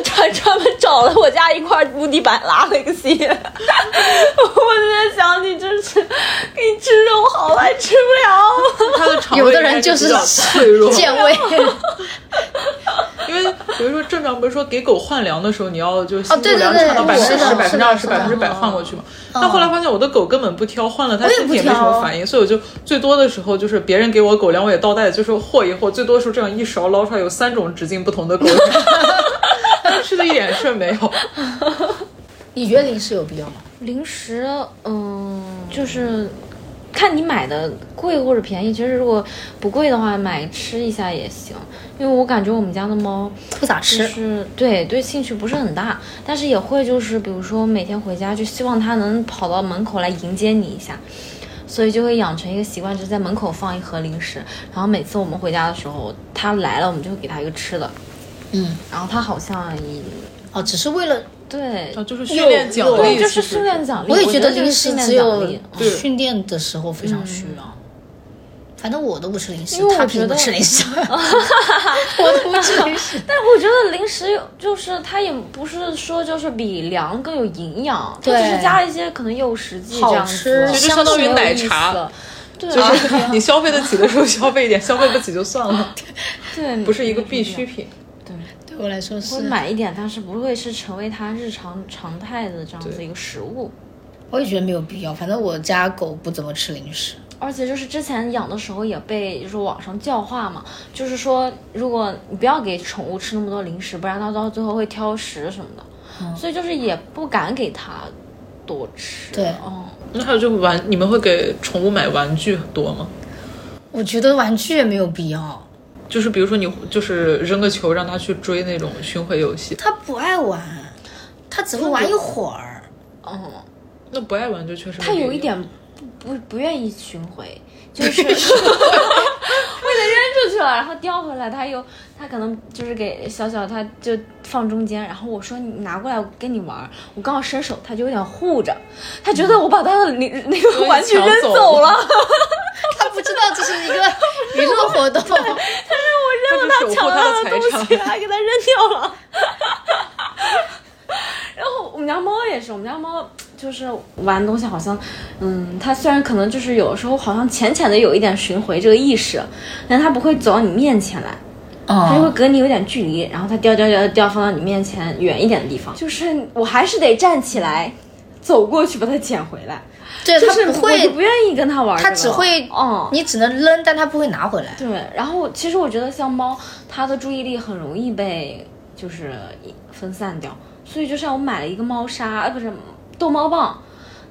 Speaker 3: 专专门找了我家一块木地板拉了一个稀， 我就在想你真是给你吃肉好了，还吃不了。
Speaker 1: 它的肠胃
Speaker 2: 有的
Speaker 1: 应该
Speaker 2: 人就是
Speaker 1: 比较脆弱，
Speaker 2: 健胃。
Speaker 1: 因为比如说正常不是说给狗换粮的时候，你要就吸
Speaker 2: 哦对
Speaker 1: 狗粮
Speaker 2: 对对
Speaker 1: 差到百分
Speaker 3: 是
Speaker 1: 之
Speaker 3: 的
Speaker 1: 十、百分
Speaker 2: 是
Speaker 1: 之
Speaker 2: 的
Speaker 1: 二
Speaker 2: 是
Speaker 1: 十、
Speaker 2: 的嗯
Speaker 1: 百分之百换过去嘛。但后来发现我的狗根本不挑，换了它
Speaker 2: 我也
Speaker 1: 身
Speaker 2: 不
Speaker 1: 体也没什
Speaker 2: 挑
Speaker 1: 么反应，所以我就最多的时候就是别人给我狗粮，我也倒带，就是和一和，最多时候这样一勺捞出来有三种直径不同的狗粮， 吃的一点事儿没有。
Speaker 2: 你觉得零食有必要吗？
Speaker 3: 零食，嗯，就是看你买的贵或者便宜。其实如果不贵的话，买吃一下也行。因为我感觉我们家的猫
Speaker 2: 不咋
Speaker 3: 就
Speaker 2: 吃。
Speaker 3: 是对对兴趣不是很大，但是也会就是比如说每天回家就希望它能跑到门口来迎接你一下。所以就会养成一个习惯，就是在门口放一盒零食，然后每次我们回家的时候，它来了，我们就会给它一个吃的，
Speaker 2: 嗯，
Speaker 3: 然后它好像也
Speaker 2: 哦，只是为了，
Speaker 3: 对
Speaker 1: 啊，就是训练奖
Speaker 2: 有
Speaker 1: 励，
Speaker 3: 对，就
Speaker 1: 其
Speaker 3: 是
Speaker 1: 实
Speaker 3: 训练奖励。
Speaker 2: 我也觉得
Speaker 3: 这
Speaker 2: 零
Speaker 3: 是
Speaker 2: 食
Speaker 3: 训练
Speaker 2: 只
Speaker 3: 奖
Speaker 2: 有
Speaker 3: 励
Speaker 1: 对嗯
Speaker 2: 训练的时候非常需要。反正我都不吃零食
Speaker 3: 因为，我
Speaker 2: 他凭
Speaker 3: 觉
Speaker 2: 什么
Speaker 3: 得
Speaker 2: 吃 零食？我都不吃零食。
Speaker 3: 但我觉得零食有，就是它也不是说就是比凉更有营养，它
Speaker 2: 对
Speaker 3: 只是加了一些可能诱食剂这
Speaker 2: 好
Speaker 3: 样子，
Speaker 2: 吃
Speaker 1: 就相当于奶茶
Speaker 3: 没有意思。对，
Speaker 1: 就
Speaker 3: 啊
Speaker 1: 是你消费得起的时候消费一点，消费不起就算了，
Speaker 3: 对，
Speaker 1: 不是一个必需品。
Speaker 3: 对，
Speaker 2: 对我来说是
Speaker 3: 会，买一点，但是不会是成为它日常常态的这样子一个食物。
Speaker 2: 我也觉得没有必要。反正我家狗不怎么吃零食，
Speaker 3: 而且就是之前养的时候也被就是网上教化嘛，就是说如果你不要给宠物吃那么多零食，不然它到最后会挑食什么的，所以就是也不敢给它多吃。
Speaker 2: 对啊
Speaker 3: 嗯，
Speaker 1: 那还有就玩，你们会给宠物买玩具很多吗？
Speaker 2: 我觉得玩具也没有必要。
Speaker 1: 就是比如说你就是扔个球让它去追那种巡回游戏，
Speaker 2: 它不爱玩，它只会玩一会儿。
Speaker 3: 嗯，
Speaker 1: 那不爱玩就确实没
Speaker 3: 它有
Speaker 1: 必
Speaker 3: 一
Speaker 1: 要
Speaker 3: 点不不不愿意巡回，就是为了扔出去了，然后叼回来，它又它可能就是给小小，它就放中间，然后我说你拿过来，我跟你玩儿，我刚好伸手，它就有点护着，它觉得我把它的那那个玩具
Speaker 1: 抢
Speaker 3: 扔
Speaker 1: 走
Speaker 3: 走了，
Speaker 2: 它不知道这是一个娱乐活动，
Speaker 3: 我 扔了
Speaker 1: 它就守
Speaker 3: 它抢
Speaker 1: 护
Speaker 3: 了
Speaker 1: 它的
Speaker 3: 它的
Speaker 1: 财
Speaker 3: 东西，
Speaker 1: 产
Speaker 3: 还给它扔掉了。然后我们家猫也是，我们家猫就是玩东西好像，嗯，它虽然可能就是有的时候好像浅浅的有一点巡回这个意识，但它不会走到你面前来，它就 会
Speaker 2: 哦，
Speaker 3: 隔你有点距离，然后它掉掉掉掉放到你面前远一点的地方，就是我还是得站起来走过去把它捡回来，
Speaker 2: 对，
Speaker 3: 就
Speaker 2: 它
Speaker 3: 是
Speaker 2: 不
Speaker 3: 我就
Speaker 2: 会
Speaker 3: 不，愿意跟它玩这个
Speaker 2: 它
Speaker 3: 了，
Speaker 2: 只会
Speaker 3: 嗯，
Speaker 2: 你只能扔，但它不会拿回来。
Speaker 3: 对，然后其实我觉得像猫，它的注意力很容易被就是分散掉，所以就像我买了一个猫砂，呃，不是逗猫棒，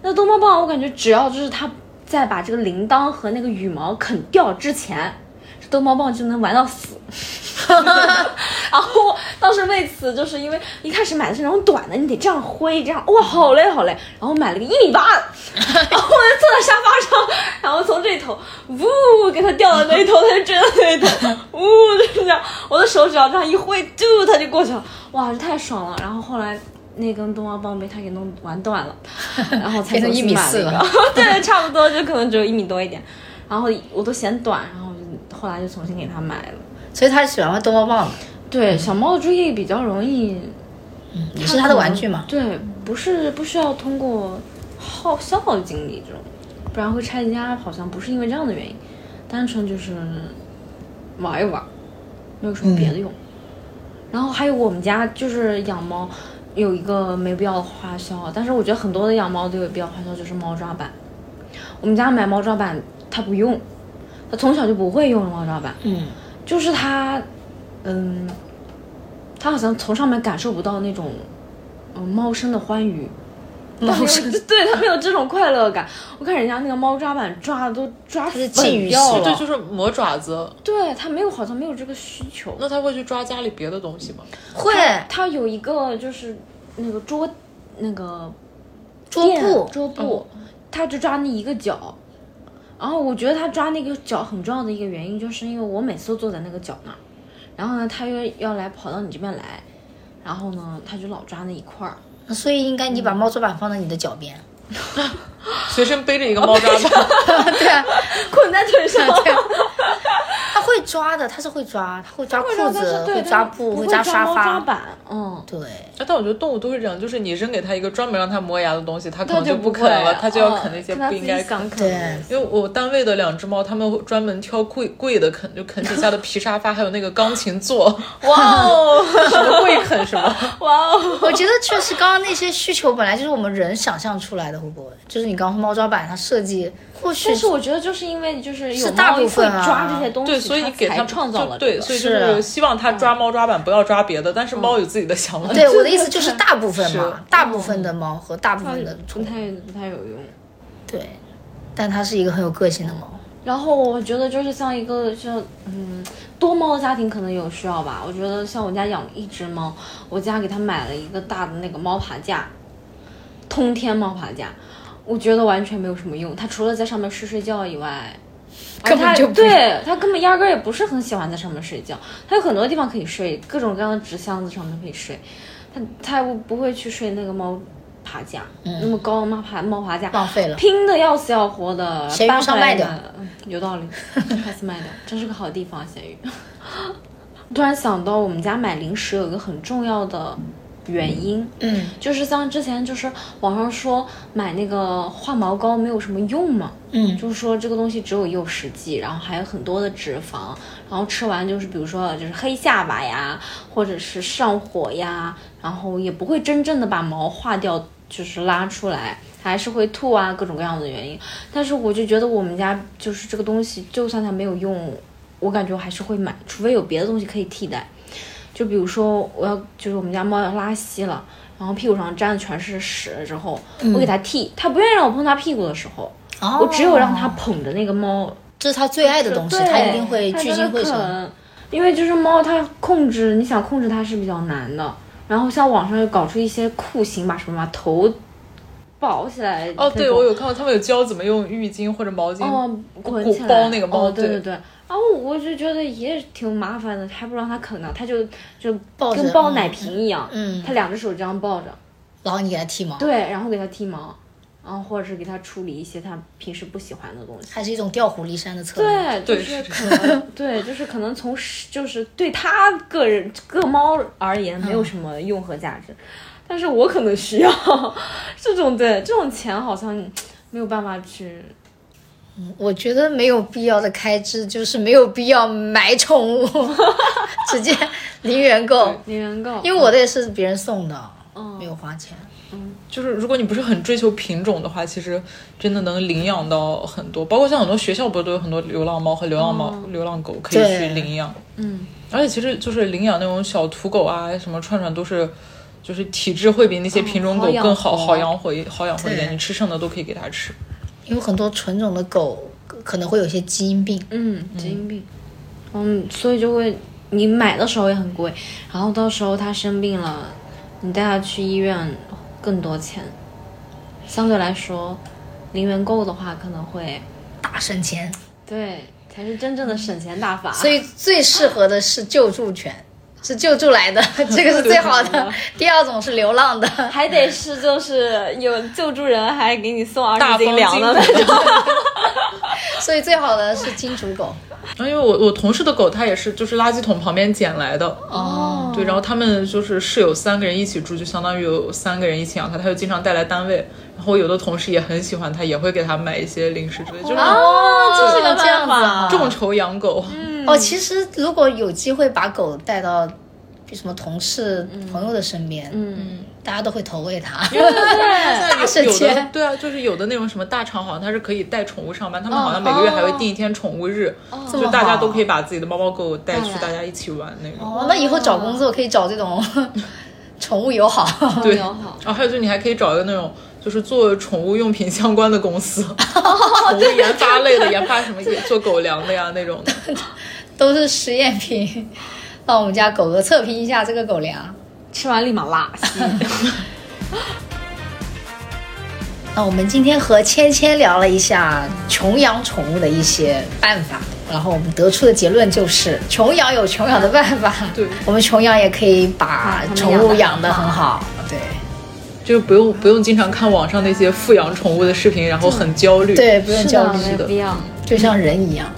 Speaker 3: 那逗猫棒我感觉只要就是它在把这个铃铛和那个羽毛啃掉之前，这逗猫棒就能玩到死。 然后当时为此就是因为一开始买的是那种短的，你得这样挥，这样哇，好累好累。然后买了个一米八 的，然后我就坐在沙发上，然后从这头呜给它掉到那一头，它就追到那一头，呜就这样，我的手只要这样一挥，就它就过去了，哇，这太爽了。然后后来。那根逗猫棒被它给弄玩断了，然后才
Speaker 2: 变成
Speaker 3: 走去
Speaker 2: 一米
Speaker 3: 买
Speaker 2: 四
Speaker 3: 了一
Speaker 2: 了
Speaker 3: 个对，差不多就可能只有一米多一点，然后我都嫌短，然后就后来就重新给它买了。
Speaker 2: 所以它喜欢玩逗猫棒，
Speaker 3: 对，小猫的注意力比较容易，
Speaker 2: 也是它的玩具嘛。
Speaker 3: 对，不是不需要通过耗消耗精力这种，不然会拆家，好像不是因为这样的原因，单纯就是玩一玩，没有什么别的用。然后还有我们家就是养猫有一个没必要的花销，但是我觉得很多的养猫都有必要花销，就是猫抓板。我们家买猫抓板，它不用，它从小就不会用猫抓板。
Speaker 2: 嗯，
Speaker 3: 就是他，嗯，他好像从上面感受不到那种，嗯，猫生的欢愉，
Speaker 2: 猫
Speaker 3: 他没
Speaker 2: 生
Speaker 3: 有 对他没有这种快乐感。我看人家那个猫抓板抓的都抓
Speaker 2: 它是
Speaker 3: 粉
Speaker 2: 禁欲
Speaker 3: 掉
Speaker 2: 系
Speaker 3: 了，
Speaker 1: 哦对，就是磨爪子。
Speaker 3: 对他没有好像没有这个需求。
Speaker 1: 那它会去抓家里别的东西吗？
Speaker 2: 会
Speaker 3: 他有一个就是那个桌那个
Speaker 2: 桌
Speaker 3: 垫
Speaker 2: 布，
Speaker 3: 桌布，他就抓那一个角。然后我觉得他抓那个角很重要的一个原因，就是因为我每次都坐在那个角那儿，然后呢，他又要来跑到你这边来，然后呢，他就老抓那一块儿。
Speaker 2: 所以应该你把猫抓板放在你的脚 边。
Speaker 1: 随身背着一个猫抓 板，
Speaker 2: 对啊，
Speaker 3: 捆在腿 上。
Speaker 2: 对 啊，它会抓的，它是会抓，它会抓裤子，会抓布，
Speaker 3: 会
Speaker 2: 抓沙
Speaker 3: 猫抓
Speaker 2: 发。
Speaker 3: 板，嗯，
Speaker 2: 对，
Speaker 1: 哎但我觉得动物都是这样，就是你扔给它一个专门让它磨牙的东西，它可
Speaker 3: 它
Speaker 1: 能
Speaker 3: 就
Speaker 1: 不
Speaker 3: 会
Speaker 1: 啃了，它就要
Speaker 3: 嗯
Speaker 1: 啃那些
Speaker 3: 看它
Speaker 1: 不
Speaker 3: 自
Speaker 1: 应
Speaker 3: 己
Speaker 1: 该啃。
Speaker 3: 想啃的。
Speaker 2: 对
Speaker 1: 因为我单位的两只猫，它们会专门挑贵贵的啃，就啃底下的皮沙发，还有那个钢琴座，
Speaker 3: 哇 哦，
Speaker 1: 什么贵啃什么。
Speaker 3: 哇哦，
Speaker 2: 我觉得确实刚刚那些需求本来就是我们人想象出来的，会不会？就是你刚刚说猫抓板，它设计或许
Speaker 3: 但是我觉得就是因为就是有
Speaker 2: 是大
Speaker 3: 猫
Speaker 2: 部分
Speaker 3: 会
Speaker 2: 啊
Speaker 3: 抓这些东西，
Speaker 1: 对，所以你给
Speaker 3: 它
Speaker 1: 它
Speaker 3: 才创造了
Speaker 1: 就对，
Speaker 3: 这个嗯
Speaker 1: 所以就是
Speaker 2: 啊
Speaker 1: 是希望它抓猫抓板，不要抓别的。但是猫有自己的想法。
Speaker 2: 对我的意思就是大部分嘛，大部分的猫和大部
Speaker 3: 它
Speaker 2: 分的宠
Speaker 3: 嗯不
Speaker 2: 物
Speaker 3: 太不太有用。
Speaker 2: 对，但它是一个很有个性的猫。
Speaker 3: 然后我觉得就是像一个像嗯多猫的家庭可能有需要吧。我觉得像我家养一只猫，我家给它买了一个大的那个猫爬架，通天猫爬架，我觉得完全没有什么用。它除了在上面睡睡觉以外，而
Speaker 2: 根本
Speaker 3: 它
Speaker 2: 就不
Speaker 3: 对它根本压根儿也不是很喜欢在上面睡觉。它有很多地方可以睡，各种各样的纸箱子上面可以睡，它它不会去睡那个猫爬架，那么高的冒爬冒爬架，
Speaker 2: 浪费了
Speaker 3: 拼的要死要活的，
Speaker 2: 闲鱼
Speaker 3: 搬
Speaker 2: 上
Speaker 3: 回来
Speaker 2: 卖掉
Speaker 3: 的，嗯有道理， 下次卖掉，真是个好地方，啊咸鱼。 突然想到，我们家买零食有一个很重要的原因，
Speaker 2: 嗯
Speaker 3: 就是像之前就是网上说买那个化毛膏没有什么用嘛，
Speaker 2: 嗯
Speaker 3: 就是说这个东西只有诱食剂，然后还有很多的脂肪，然后吃完就是比如说就是黑下巴呀，或者是上火呀，然后也不会真正的把毛化掉，就是拉出来，还是会吐啊，各种各样的原因。但是我就觉得我们家就是这个东西，就算它没有用，我感觉我还是会买，除非有别的东西可以替代。就比如说我要就是我们家猫要拉稀了，然后屁股上沾的全是屎之后，我给它剃，它不愿意让我碰它屁股的时候。
Speaker 2: 嗯哦，
Speaker 3: 我只有让它捧着那个猫，
Speaker 2: 这是他最爱的东西，
Speaker 3: 对
Speaker 2: 他一定会
Speaker 3: 它
Speaker 2: 聚
Speaker 3: 真的
Speaker 2: 精会神。
Speaker 3: 啃因为就是猫，它控制你想控制它是比较难的。然后像网上又搞出一些酷刑，把什么把头绑起来那种。
Speaker 1: 哦，对，我有看过他们有教怎么用浴巾或者毛巾。
Speaker 3: 哦，
Speaker 1: 裹
Speaker 3: 捆起来
Speaker 1: 包那个猫
Speaker 3: 哦对
Speaker 1: 对
Speaker 3: 对对。然后我就觉得也挺麻烦的，还不让它啃呢，它就就
Speaker 2: 抱着
Speaker 3: 跟抱
Speaker 2: 嗯
Speaker 3: 奶瓶一样，
Speaker 2: 嗯
Speaker 3: 它两只手这样抱着，
Speaker 2: 然后你给他剃毛，
Speaker 3: 对，然后给它剃毛，然后或者是给它处理一些它平时不喜欢的东西。
Speaker 2: 还是一种调虎离山的策略。
Speaker 1: 对
Speaker 3: 对，就是
Speaker 1: 是
Speaker 3: 可能，对，就是可能从是就是对它个人个猫而言没有什么用和价值，但是我可能需要 这种对这种钱好像没有办法去，
Speaker 2: 我觉得没有必要的开支就是没有必要买宠物， 直接零元购。
Speaker 3: 零元购，
Speaker 2: 因为我的也是别人送的，没有花钱。
Speaker 1: 就是如果你不是很追求品种的话，其实真的能领养到很多，包括像很多学校不是都有很多流浪猫和流浪猫、流浪狗可以去
Speaker 2: 对
Speaker 1: 领养，
Speaker 3: 哦嗯，
Speaker 1: 而且其实就是领养那种小土狗啊，什么串串都是，就是体质会比那些品种狗
Speaker 3: 哦好养
Speaker 1: 更好，
Speaker 3: 活
Speaker 1: 好养活一好养活一点，
Speaker 2: 对
Speaker 1: 你吃剩的都可以给它吃。
Speaker 2: 因为很多纯种的狗可能会有一些基因病，
Speaker 3: 嗯，基因病，嗯，所以就会你买的时候也很贵，然后到时候它生病了，你带它去医院更多钱，相对来说，零元购的话可能会
Speaker 2: 大省钱，
Speaker 3: 对。才是真正的省钱大法，
Speaker 2: 所以最适合的是救助犬，是救助来的，这个是最好的。第二种是流浪的，
Speaker 3: 还得是就是有救助人还给你送二
Speaker 1: 大
Speaker 3: 十斤
Speaker 1: 方
Speaker 3: 粮的那
Speaker 1: 金
Speaker 3: 种。
Speaker 2: 所以最好的是金主狗。
Speaker 1: 然后因为我我同事的狗，它也是就是垃圾桶旁边捡来的，
Speaker 2: 哦，
Speaker 1: 对，然后他们就是室友三个人一起住，就相当于有三个人一起养它，它就经常带来单位。然后有的同事也很喜欢它，也会给它买一些零食之类，就是
Speaker 3: 哦这是个
Speaker 2: 这样
Speaker 3: 办法
Speaker 2: 子啊。
Speaker 1: 众筹养狗。
Speaker 2: 哦，其实如果有机会把狗带到什么同事、朋友的身边，
Speaker 3: 嗯，
Speaker 2: 大家都会投喂它。
Speaker 1: 但
Speaker 2: 嗯大省
Speaker 1: 有的
Speaker 2: 钱哦
Speaker 1: 对啊，就是有的那种什么大厂，好像它是可以带宠物上班，他们好像每个月还会定一天宠物日，
Speaker 2: 这
Speaker 1: 就
Speaker 2: 么
Speaker 1: 大家
Speaker 2: 好
Speaker 1: 都可以把自己的猫猫狗狗带去
Speaker 3: 带，来
Speaker 1: 大家一起玩那种。
Speaker 2: 哦，那以后找工作可以找这种 宠物友好。
Speaker 1: 对，
Speaker 3: 哦友好
Speaker 1: 然后还有就是你还可以找一个那种就是做宠物用品相关的公司，
Speaker 3: 哦
Speaker 1: 宠物研发类的，研发什么也做狗粮的呀那种的。
Speaker 2: 都是实验品， 让我们家狗狗测评一下这个狗粮。
Speaker 3: 吃完立马拉 稀。
Speaker 2: 那我们今天和芊芊聊了一下穷养宠物的一些办法，然后我们得出的结论就是，穷养有穷养的办法，
Speaker 1: 对
Speaker 2: 我们穷养也可以把宠物养得很好，对
Speaker 1: 就是不用不用经常看网上那些富养宠物的视频，然后很焦虑。
Speaker 2: 对，不用
Speaker 3: 是
Speaker 2: 焦
Speaker 3: 的，
Speaker 2: 虑，
Speaker 3: 没有必要。
Speaker 2: 就像人一样。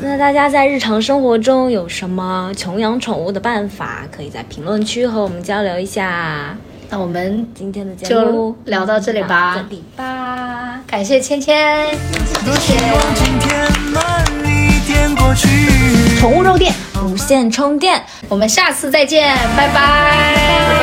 Speaker 3: 那大家在日常生活中有什么穷养宠物的办法，可以在评论区和我们交流一下。
Speaker 2: 那我们
Speaker 3: 今天的节目
Speaker 2: 就聊到这里吧
Speaker 3: 到这里吧。
Speaker 2: 感谢芊芊，谢
Speaker 4: 望
Speaker 2: 谢
Speaker 4: 今天慢一点过去。
Speaker 3: 宠物肉店无线充电。
Speaker 2: 我们下次再见，拜拜